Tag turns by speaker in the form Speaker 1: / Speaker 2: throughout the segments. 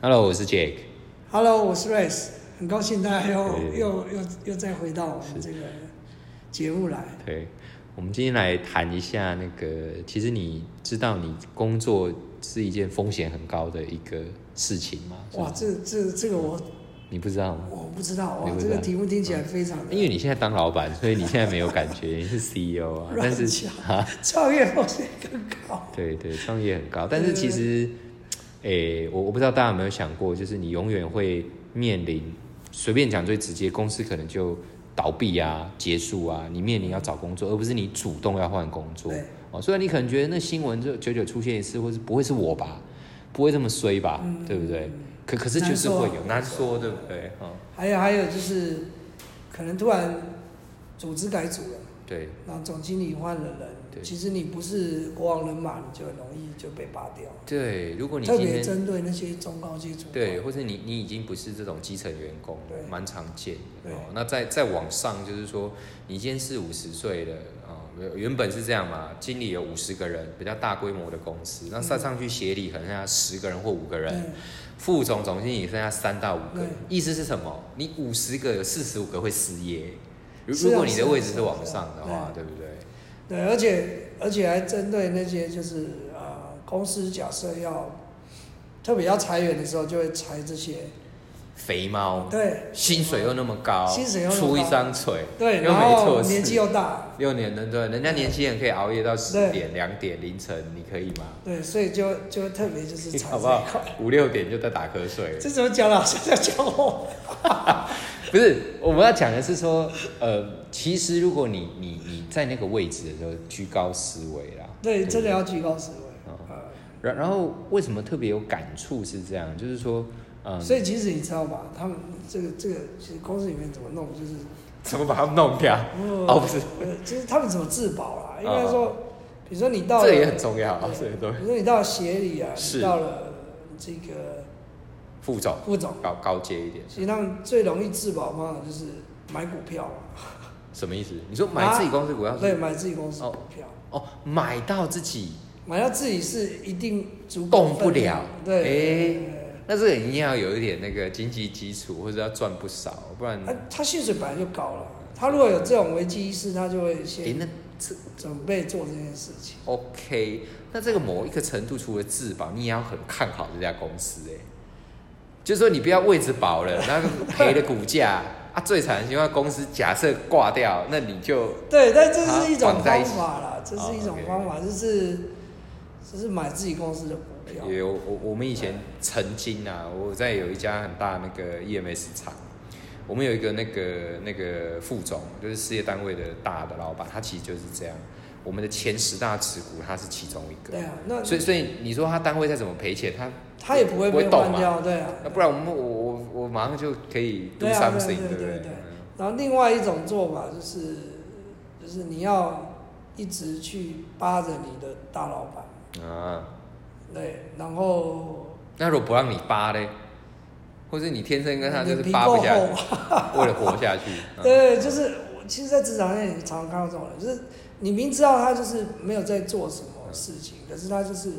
Speaker 1: Hello，我是 Jake。
Speaker 2: Hello，我是 Race，很高兴大家又
Speaker 1: 对
Speaker 2: 又又又再回到我们这个节目来。
Speaker 1: 对，我们今天来谈一下那个，其实你知道你工作是一件风险很高的一个事情吗？是
Speaker 2: 哇，这这这个我
Speaker 1: 你不知道吗？
Speaker 2: 我不知道哇
Speaker 1: 你，不知
Speaker 2: 这
Speaker 1: 道
Speaker 2: 个题目听起来非常的
Speaker 1: 因为你现在当老板，所以你现在没有感觉，你是 CEO 啊。但
Speaker 2: 乱
Speaker 1: 是
Speaker 2: 讲，创业风险更 高。
Speaker 1: 对对，创业很高，但是其实，诶、我我不知道大家有没有想过，就是你永远会面临，随便讲最直接，公司可能就倒闭啊、结束啊，你面临要找工作，而不是你主动要换工作
Speaker 2: 对。
Speaker 1: 哦，虽然你可能觉得那新闻就久久出现一次，或是不会是我吧，不会这么衰吧，
Speaker 2: 嗯
Speaker 1: 对不对？可可是就是会
Speaker 2: 啊
Speaker 1: 有难说，对不对？哦哈、
Speaker 2: 还有还有就是，可能突然组织改组了，
Speaker 1: 对
Speaker 2: 然后总经理换了人，
Speaker 1: 对
Speaker 2: 其实你不是国王人马，你就很容易就被拔掉。
Speaker 1: 对，如果你
Speaker 2: 特
Speaker 1: 今
Speaker 2: 别
Speaker 1: 天
Speaker 2: 针对那些中高阶主管，
Speaker 1: 对，或者你你已经不是这种基层员工了
Speaker 2: 对，
Speaker 1: 蛮常见的。
Speaker 2: 对
Speaker 1: 哦，那再再往上，就是说你今天是五十岁了啊、哦，原本是这样嘛，经理有五十个人，比较大规模的公司，那
Speaker 2: 嗯
Speaker 1: 再上去协理可能剩下十个人或五个
Speaker 2: 对
Speaker 1: 人，副总总经理剩下三到五个
Speaker 2: 对。
Speaker 1: 意思是什么？你五十个有四十五个会失业。如
Speaker 2: 是啊
Speaker 1: 如果你
Speaker 2: 是
Speaker 1: 的
Speaker 2: 啊
Speaker 1: 位置
Speaker 2: 是
Speaker 1: 是
Speaker 2: 啊
Speaker 1: 往
Speaker 2: 是啊
Speaker 1: 上的话，对不对？
Speaker 2: 对，而且而且还针对那些就是呃公司假设要特别要裁员的时候，就会裁这些，
Speaker 1: 肥猫，
Speaker 2: 对
Speaker 1: 哦薪水又那么高，
Speaker 2: 薪水又那么
Speaker 1: 出一
Speaker 2: 高
Speaker 1: 张嘴，
Speaker 2: 对，
Speaker 1: 又
Speaker 2: 然
Speaker 1: 没错
Speaker 2: 后
Speaker 1: 事，
Speaker 2: 年纪又大，
Speaker 1: 六年的对，人家年轻人可以熬夜到十
Speaker 2: 对
Speaker 1: 点、两点凌晨，你可以吗？
Speaker 2: 对，所以就就特别就是
Speaker 1: 你
Speaker 2: 裁
Speaker 1: 好
Speaker 2: 这一
Speaker 1: 不 好
Speaker 2: 块。？
Speaker 1: 五六点就在打瞌睡了
Speaker 2: 这怎么讲了？好像在讲我。
Speaker 1: 不是，我们要讲的是说，呃，其实如果你你你在那个位置的时候，居高思维啦，
Speaker 2: 对，
Speaker 1: 不
Speaker 2: 真的要居高思维。
Speaker 1: 哦
Speaker 2: 呃
Speaker 1: 然然后为什么特别有感触是这样，就是说，嗯，
Speaker 2: 所以其实你知道吧，他们这个这个其实公司里面怎么弄，就是
Speaker 1: 怎么把他们弄掉？哦，不是，
Speaker 2: 呃，就是他们怎么自保啦。应该
Speaker 1: 哦
Speaker 2: 说，比如说你到
Speaker 1: 这
Speaker 2: 了
Speaker 1: 个也很重要啊，这
Speaker 2: 对
Speaker 1: 个都
Speaker 2: 比如说你到了协理啊，
Speaker 1: 是
Speaker 2: 你到了这个
Speaker 1: 副总
Speaker 2: 副总，
Speaker 1: 高高阶一点，
Speaker 2: 其实他们最容易自保嘛，就是买股票嘛，
Speaker 1: 什么意思？你说
Speaker 2: 啊
Speaker 1: 买自己公司股票
Speaker 2: 对，
Speaker 1: 是？
Speaker 2: 买自己公司股票，
Speaker 1: 哦，买到自己
Speaker 2: 买到自己是一定足够
Speaker 1: 动不
Speaker 2: 分量
Speaker 1: 了，
Speaker 2: 对，
Speaker 1: 哎那这个一定要有一点那个经济基础，或者要赚不少，不然，
Speaker 2: 啊
Speaker 1: 哎、
Speaker 2: 他薪水本来就高了，他如果有这种危机意识，他就会先
Speaker 1: 那这
Speaker 2: 准备做这件事情。
Speaker 1: OK，那这个某一个程度，除了自保，你也要很看好这家公司、哎，就是说你不要位置保了，那个赔了股 价啊，最惨的情况，公司假设挂掉，那你就
Speaker 2: 对，但这是一
Speaker 1: 啊
Speaker 2: 种
Speaker 1: 绑在一
Speaker 2: 方
Speaker 1: 起哦
Speaker 2: 法啦，这是一种方法，就是就是买自己公司的股票。
Speaker 1: 也有欸我我们以前曾经啊，我在有一家很大那个 EMS 厂，我们有一个那个那个副总，就是事业单位的大的老板，他其实就是这样。我们的前十大持股，他是其中一个
Speaker 2: 对。啊，那
Speaker 1: 所以，所以你说他单位再怎么赔钱，他
Speaker 2: 他也不会
Speaker 1: 不会
Speaker 2: 被
Speaker 1: 动
Speaker 2: 换
Speaker 1: 嘛
Speaker 2: 掉，对啊。
Speaker 1: 那不然我们我我我马上就可以 do
Speaker 2: 对啊
Speaker 1: something，
Speaker 2: 对
Speaker 1: 不
Speaker 2: 对对
Speaker 1: 对
Speaker 2: 对？然后另外一种做法就是，就是你要一直去扒着你的大老板，
Speaker 1: 嗯啊，
Speaker 2: 对，然后
Speaker 1: 那如果不让你扒嘞，或是你天生跟他
Speaker 2: 你
Speaker 1: 就
Speaker 2: 的
Speaker 1: 是
Speaker 2: 皮
Speaker 1: 扒不
Speaker 2: 够
Speaker 1: 下去，
Speaker 2: 厚，
Speaker 1: 为了活下去。 嗯
Speaker 2: 对，就是我其实，在职场上也常常看到这种人，就是你明知道他就是没有在做什么事情，可是他就是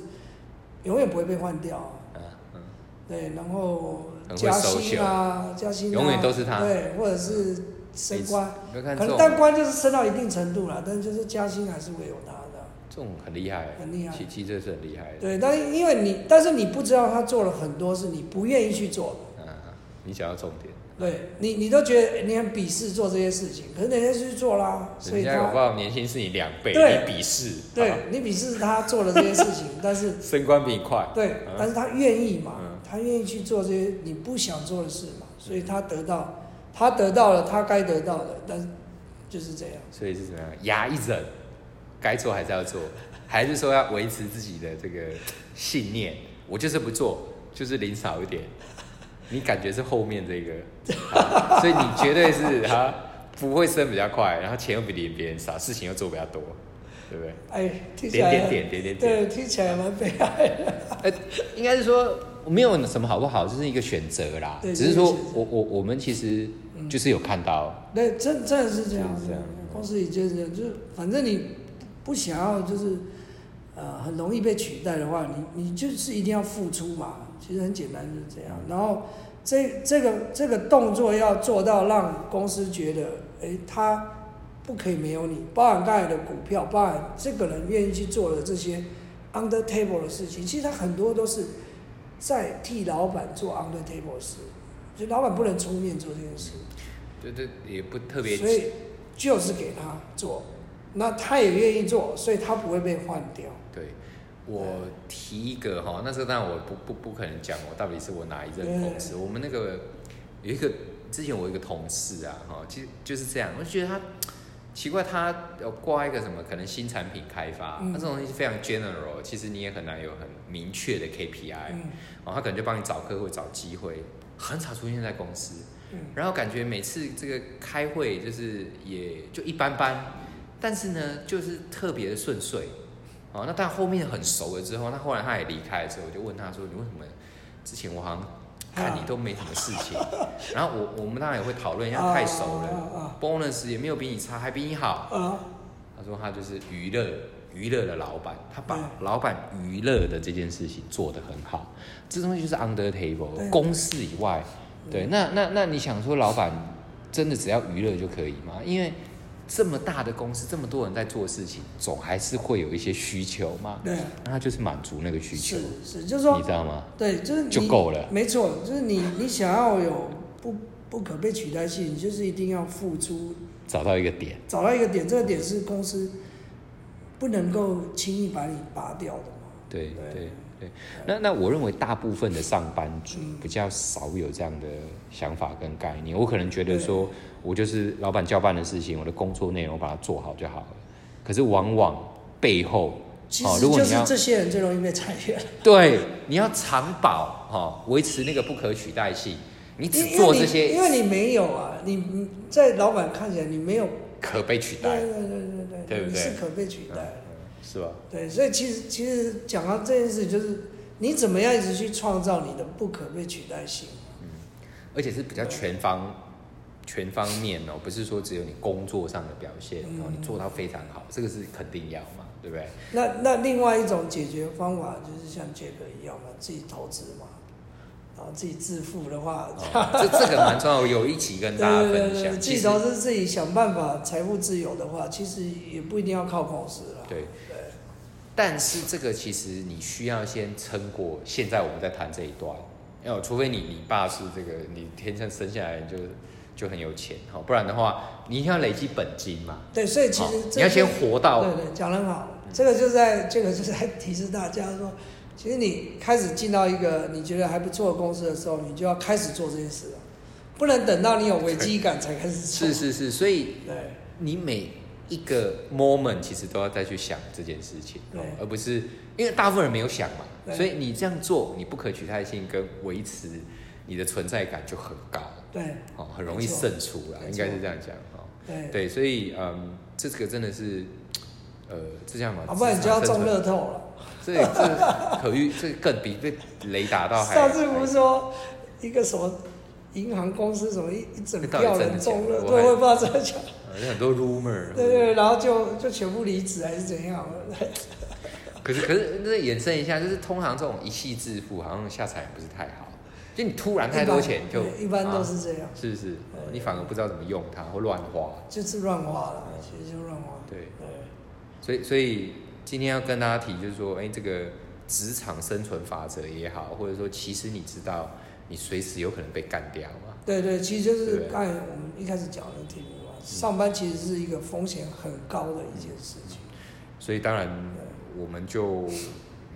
Speaker 2: 永远不会被换掉，
Speaker 1: 啊嗯嗯
Speaker 2: 对，然后
Speaker 1: 很会
Speaker 2: 加薪啊，加薪、啊、
Speaker 1: 永远都是他
Speaker 2: 对，或者是升官，
Speaker 1: 你要看
Speaker 2: 可
Speaker 1: 这
Speaker 2: 能
Speaker 1: 种
Speaker 2: 但官就是升到一定程度了，但就是加薪还是会有他的，啊
Speaker 1: 这种很厉害，
Speaker 2: 很厉害
Speaker 1: 其其实这是很厉害的。
Speaker 2: 对，但是因为你，但是你不知道他做了很多是你不愿意去做的。
Speaker 1: 嗯，你讲到重点，
Speaker 2: 对你，你都觉得哎你很鄙视做这些事情，可是人家去做啦，所以
Speaker 1: 人家有
Speaker 2: 他
Speaker 1: 不好年薪是你两倍，
Speaker 2: 对
Speaker 1: 你鄙视，啊
Speaker 2: 对你鄙视他做了这些事情， 但是
Speaker 1: 升官比你快，
Speaker 2: 对，但是他愿意嘛，
Speaker 1: 嗯
Speaker 2: 他愿意去做这些你不想做的事嘛，所以他得到，他得到了他该得到的，但是就是这样。
Speaker 1: 所以是怎么样？牙一忍，该做还是要做，还是说要维持自己的这个信念？我就是不做，就是领少一点。你感觉是后面这个，啊所以你绝对是哈不会升比较快，然后钱又比你别人少，事情又做比较多，对不对？
Speaker 2: 哎，听起来
Speaker 1: 点点点点点点
Speaker 2: 对，听起来蛮悲哀的。
Speaker 1: 呃，应该是说没有什么好不好，就是一个选择啦。
Speaker 2: 对
Speaker 1: 只是说
Speaker 2: 就是选择
Speaker 1: 我我我们其实就是有看到，
Speaker 2: 对，真真的是这样
Speaker 1: 就
Speaker 2: 嗯
Speaker 1: 是
Speaker 2: 子
Speaker 1: 这样。
Speaker 2: 公司里就是这样，就是反正你不想要，就是呃很容易被取代的话，你你就是一定要付出嘛。其实很简单，就是这样。然后这这个这个动作要做到让公司觉得，诶，他不可以没有你。包含刚才的股票，包含这个人愿意去做的这些 under table 的事情，其实他很多都是在替老板做 under table 的事，就老板不能出面做这件事。
Speaker 1: 对对，也不特别
Speaker 2: 所以就是给他做，那他也愿意做，所以他不会被换掉。
Speaker 1: 对。我提一个哈，那时候当然我不不不可能讲我到底是我哪一任公司。我们那个有一个之前我有一个同事啊哈，其实就是这样，我就觉得他奇怪，他呃挂一个什么可能新产品开发，那、
Speaker 2: 嗯
Speaker 1: 这种东西非常 general，其实你也很难有很明确的 KPI，、然
Speaker 2: 嗯
Speaker 1: 哦后他可能就帮你找客户找机会，很少出现在公司。
Speaker 2: 嗯
Speaker 1: 然后感觉每次这个开会就是也就一般般，但是呢，就是特别的顺遂。哦，那但后面很熟了之后，那后来他也离开的时候，我就问他说：“你为什么之前我好像看你都没什么事情？”然后我我们当然也会讨论一下，太熟 了、
Speaker 2: 了。
Speaker 1: b o n u s 也没有比你差，还比你好。
Speaker 2: 啊啊
Speaker 1: 他说他就是娱乐娱乐的老板，他把
Speaker 2: 对
Speaker 1: 老板娱乐的这件事情做得很好，这东西就是 under
Speaker 2: 对
Speaker 1: table 公事以外，对，那那那你想说老板真的只要娱乐就可以吗？因为这么大的公司，这么多人在做事情，总还是会有一些需求嘛，
Speaker 2: 对，
Speaker 1: 那他就是满足那个啊需求
Speaker 2: 是，是，就是说
Speaker 1: 你知道吗？
Speaker 2: 对，就是你
Speaker 1: 就够了
Speaker 2: 没错，就是你你想要有不不可被取代性，你就是一定要付出，
Speaker 1: 找到一个点，
Speaker 2: 找到一个点，这个点是公司不能够轻易把你拔掉的嘛。
Speaker 1: 对
Speaker 2: 对
Speaker 1: 对对。那那我认为大部分的上班族
Speaker 2: 嗯
Speaker 1: 比较少有这样的想法跟概念。我可能觉得
Speaker 2: 对
Speaker 1: 说，我就是老板交办的事情，我的工作内容把它做好就好了。可是往往背后，
Speaker 2: 其
Speaker 1: 哦，
Speaker 2: 实
Speaker 1: 如果
Speaker 2: 就
Speaker 1: 你
Speaker 2: 是
Speaker 1: 要
Speaker 2: 这些人最容易被裁员，
Speaker 1: 对你要长保哈，维、持那个不可取代性， 你
Speaker 2: 因
Speaker 1: 只
Speaker 2: 因
Speaker 1: 做
Speaker 2: 为
Speaker 1: 这
Speaker 2: 你因
Speaker 1: 些
Speaker 2: 为你没有啊，你你在老板看起来你没有
Speaker 1: 可被取
Speaker 2: 对
Speaker 1: 代，
Speaker 2: 对对对对，
Speaker 1: 对不对嗯
Speaker 2: 你是可被取代的。
Speaker 1: 是吧？
Speaker 2: 对，所以其实其实讲到这件事，就是你怎么样一直去创造你的不可被取代性。
Speaker 1: 而且是比较全方全方面哦，不是说只有你工作上的表现，
Speaker 2: 嗯
Speaker 1: 然后你做到非常好，这个是肯定要嘛，对不对？
Speaker 2: 那那另外一种解决方法就是像杰克一样嘛，自己投资嘛，然后自己致富的话，
Speaker 1: 哦这这个蛮重要，有一起跟
Speaker 2: 对
Speaker 1: 大家
Speaker 2: 对对
Speaker 1: 分
Speaker 2: 对，
Speaker 1: 享。
Speaker 2: 自
Speaker 1: 其
Speaker 2: 己
Speaker 1: 实
Speaker 2: 投资自己想办法财富自由的话，其实也不一定要靠公司了。
Speaker 1: 对，但是这个其实你需要先撑过。现在我们在谈这一段，要除非你你爸是这个，你天生生下来就就很有钱，好，不然的话，你一定要累积本金嘛。
Speaker 2: 对，所以其
Speaker 1: 好
Speaker 2: 实这
Speaker 1: 你要先
Speaker 2: 就
Speaker 1: 活到
Speaker 2: 对对，讲得很好。这个就在这个就在提示大家说，其实你开始进到一个你觉得还不错的公司的时候，你就要开始做这件事了，不能等到你有危机感才开始做。
Speaker 1: 是，是是，所以
Speaker 2: 对，
Speaker 1: 你每一个 moment 其实都要再去想这件事情，
Speaker 2: 对
Speaker 1: 哦而不是因为大部分人没有想嘛，
Speaker 2: 对
Speaker 1: 所以你这样做，你不可取代性跟维持你的存在感就很高，
Speaker 2: 对，
Speaker 1: 哦，很容易
Speaker 2: 没错
Speaker 1: 胜出啦，
Speaker 2: 没
Speaker 1: 应该
Speaker 2: 错
Speaker 1: 是这样讲哦。
Speaker 2: 对，
Speaker 1: 对，所以嗯，这个真的是，呃，是这样嘛？
Speaker 2: 要啊不然你就要中乐透了。
Speaker 1: 这这可遇，这更比被雷打到 还。
Speaker 2: 上次
Speaker 1: 还
Speaker 2: 不是说一个什么银行公司什么一一整票人中了，
Speaker 1: 到底真的假的
Speaker 2: 对，我也
Speaker 1: 哎我还
Speaker 2: 不知道真的假的，
Speaker 1: 呃有很多 rumor，
Speaker 2: 对对，然后就就全部离职还是怎样？ 对
Speaker 1: 可是可是那衍生一下，就是通常这种一夕致富，好像下场也不是太好。就你突然太多钱
Speaker 2: 一
Speaker 1: 就
Speaker 2: 般 对一般都
Speaker 1: 啊
Speaker 2: 是这样，
Speaker 1: 是是，哦你反而不知道怎么用它或乱花。
Speaker 2: 就是乱花了，其实就乱花。
Speaker 1: 对，
Speaker 2: 对，
Speaker 1: 所以所以今天要跟大家提，就是说，哎、这个职场生存法则也好，或者说，其实你知道，你随时有可能被干掉啊嘛。
Speaker 2: 对对，其实就是
Speaker 1: 对嗯
Speaker 2: 刚才我们一开始讲的题目嘛，上班其实是一个风险很高的一件事情。
Speaker 1: 所以当然，我们就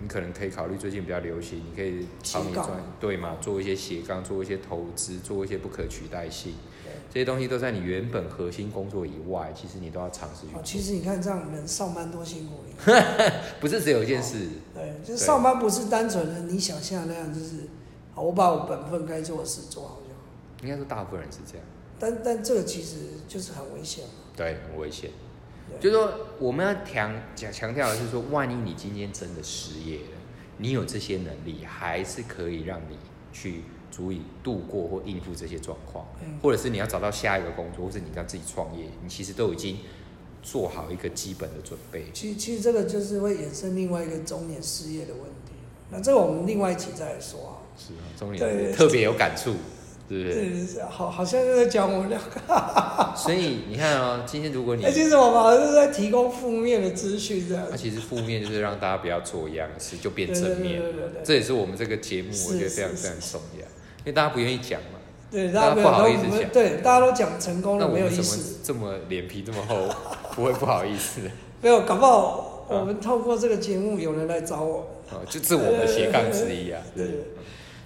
Speaker 1: 你可能可以考虑最近比较流行，你可以帮你
Speaker 2: 斜杠
Speaker 1: 赚对嘛，做一些斜杠，做一些投资，做一些不可取代性，
Speaker 2: 对
Speaker 1: 这些东西都在你原本核心工作以外，其实你都要尝试去做，
Speaker 2: 哦，其实你看这样人上班多辛苦， 你看
Speaker 1: 不是只有一件事。
Speaker 2: 对，就
Speaker 1: 对
Speaker 2: 是上班不是单纯的你想象那样，就是好，我把我本分该做的事做好就好。
Speaker 1: 应该说大部分人是这样，
Speaker 2: 但但这个其实就是很危险嘛。
Speaker 1: 对，很危险。就
Speaker 2: 对
Speaker 1: 是说，我们要强强强调的是说，万一你今天真的失业了，你有这些能力，还是可以让你去足以度过或应付这些状况，
Speaker 2: 嗯
Speaker 1: 或者是你要找到下一个工作，或者你要自己创业，你其实都已经做好一个基本的准备。
Speaker 2: 其其实这个就是会衍生另外一个中年失业的问题。那这个我们另外一起再来说啊。
Speaker 1: 是啊，中年
Speaker 2: 对
Speaker 1: 特别有感触，是不是？
Speaker 2: 对， 好，好像是在讲我们两个。
Speaker 1: 所以你看哦，今天如 果你
Speaker 2: 哎、，其实我们好像是在提供负面的资讯这样
Speaker 1: 那
Speaker 2: 子。
Speaker 1: 其实负面就是让大家不要做样式，就变
Speaker 2: 对
Speaker 1: 正
Speaker 2: 对
Speaker 1: 面
Speaker 2: 对对对。
Speaker 1: 这也是我们这个节目
Speaker 2: 是
Speaker 1: 我觉得非常
Speaker 2: 是
Speaker 1: 非常重要，因为大家不愿意讲嘛。大
Speaker 2: 对，
Speaker 1: 家
Speaker 2: 大家没
Speaker 1: 不
Speaker 2: 有
Speaker 1: 好
Speaker 2: 都
Speaker 1: 意思
Speaker 2: 不会
Speaker 1: 讲
Speaker 2: 对，大家都讲成功
Speaker 1: 那
Speaker 2: 了，
Speaker 1: 我
Speaker 2: 没有
Speaker 1: 们
Speaker 2: 意
Speaker 1: 怎
Speaker 2: 思。
Speaker 1: 么这么脸皮这么厚，不会不好意思？
Speaker 2: 没有，搞不好
Speaker 1: 啊
Speaker 2: 我们透过这个节目，有人来找我。
Speaker 1: 哦，就自我的斜杠之一啊，
Speaker 2: 对对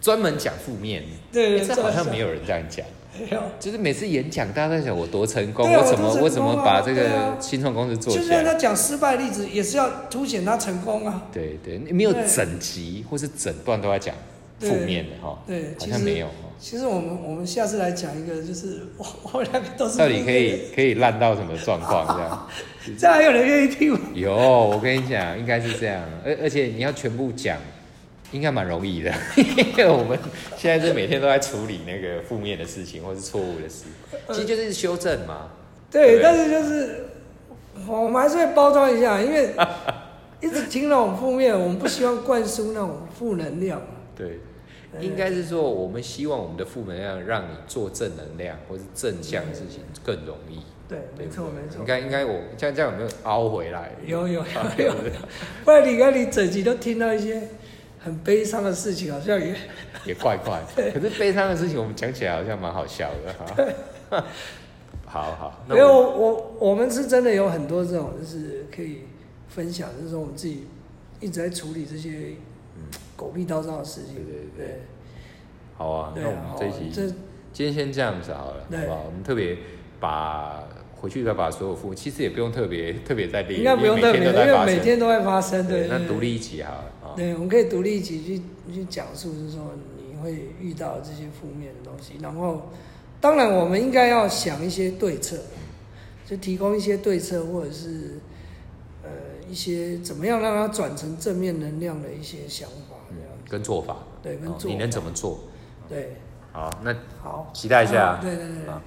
Speaker 1: 专门讲负面，
Speaker 2: 对
Speaker 1: 诶
Speaker 2: 对，
Speaker 1: 哎这好像没
Speaker 2: 有
Speaker 1: 有人这样讲。
Speaker 2: 没有。
Speaker 1: 就是每次演讲，大家都想我多成功，
Speaker 2: 对啊
Speaker 1: 我怎么
Speaker 2: 我多成功啊
Speaker 1: 我怎么把这
Speaker 2: 对
Speaker 1: 个
Speaker 2: 啊
Speaker 1: 新创公司做
Speaker 2: 就
Speaker 1: 起
Speaker 2: 算
Speaker 1: 来？
Speaker 2: 他讲失败例子，也是要凸显他成功啊。
Speaker 1: 对对，你没有
Speaker 2: 对
Speaker 1: 整集或是整段都在讲
Speaker 2: 对
Speaker 1: 负面的哈，
Speaker 2: 对，
Speaker 1: 好
Speaker 2: 其
Speaker 1: 像没
Speaker 2: 实
Speaker 1: 有哦。
Speaker 2: 其实我们我们下次来讲一个，就是我我们两个都是
Speaker 1: 到底可以可以烂到什么状况这 样？
Speaker 2: 负面的，这样还有人愿意听吗？
Speaker 1: 有，我跟你讲，应该是这样，而而且你要全部讲，应该蛮容易的， 因为我们现在是每天都在处理那个负面的事情或是错误的事，
Speaker 2: 呃
Speaker 1: 其实就是修正嘛。
Speaker 2: 对，
Speaker 1: 对
Speaker 2: 但是就是我们还是会包装一下，因为一直听那种负面，我们不希望灌输那种负能量嘛。
Speaker 1: 对，
Speaker 2: 对
Speaker 1: 应该是说我们希望我们的负能量让你做正能量或是正向的事情更容易。
Speaker 2: 对，
Speaker 1: 对
Speaker 2: 没
Speaker 1: 不
Speaker 2: 错
Speaker 1: 对
Speaker 2: 没错
Speaker 1: 应。该应该我这样这样有没有凹回来？
Speaker 2: 有 有有
Speaker 1: 有
Speaker 2: 有，不然你看你整集都听到一些很悲伤的事情，好像也
Speaker 1: 也怪怪。可是悲伤的事情我们讲起来好像蛮好笑的哈。 好好，那
Speaker 2: 没有
Speaker 1: 我
Speaker 2: 我我们是真的有很多这种，就是可以分享，就是说我们自己一直在处理这些狗屁叨叨的事情。
Speaker 1: 对对对
Speaker 2: 对
Speaker 1: 好啊，
Speaker 2: 对
Speaker 1: 那我们
Speaker 2: 啊，
Speaker 1: 这一
Speaker 2: 好
Speaker 1: 集
Speaker 2: 这
Speaker 1: 今天先这样子好了，
Speaker 2: 对
Speaker 1: 好不好？我们特别把回去再把所有负，其实也不用特别特别再列，
Speaker 2: 应该不用
Speaker 1: 因为
Speaker 2: 特
Speaker 1: 每
Speaker 2: 别，
Speaker 1: 天
Speaker 2: 因
Speaker 1: 都在
Speaker 2: 为
Speaker 1: 发
Speaker 2: 每
Speaker 1: 生。
Speaker 2: 天都会发生。对，
Speaker 1: 那
Speaker 2: 对
Speaker 1: 独立一集好了啊。
Speaker 2: 对，我们可以独立一起去去讲述，就是说你会遇到这些负面的东西，然后当然我们应该要想一些对策，就提供一些对策，或者是呃一些怎么样让它转成正面能量的一些想法，
Speaker 1: 嗯
Speaker 2: 这样子
Speaker 1: 跟做法，
Speaker 2: 对，跟
Speaker 1: 哦
Speaker 2: 做
Speaker 1: 你能怎么做？
Speaker 2: 对，
Speaker 1: 好，那
Speaker 2: 好，
Speaker 1: 期待一下
Speaker 2: 嗯对对对
Speaker 1: 啊，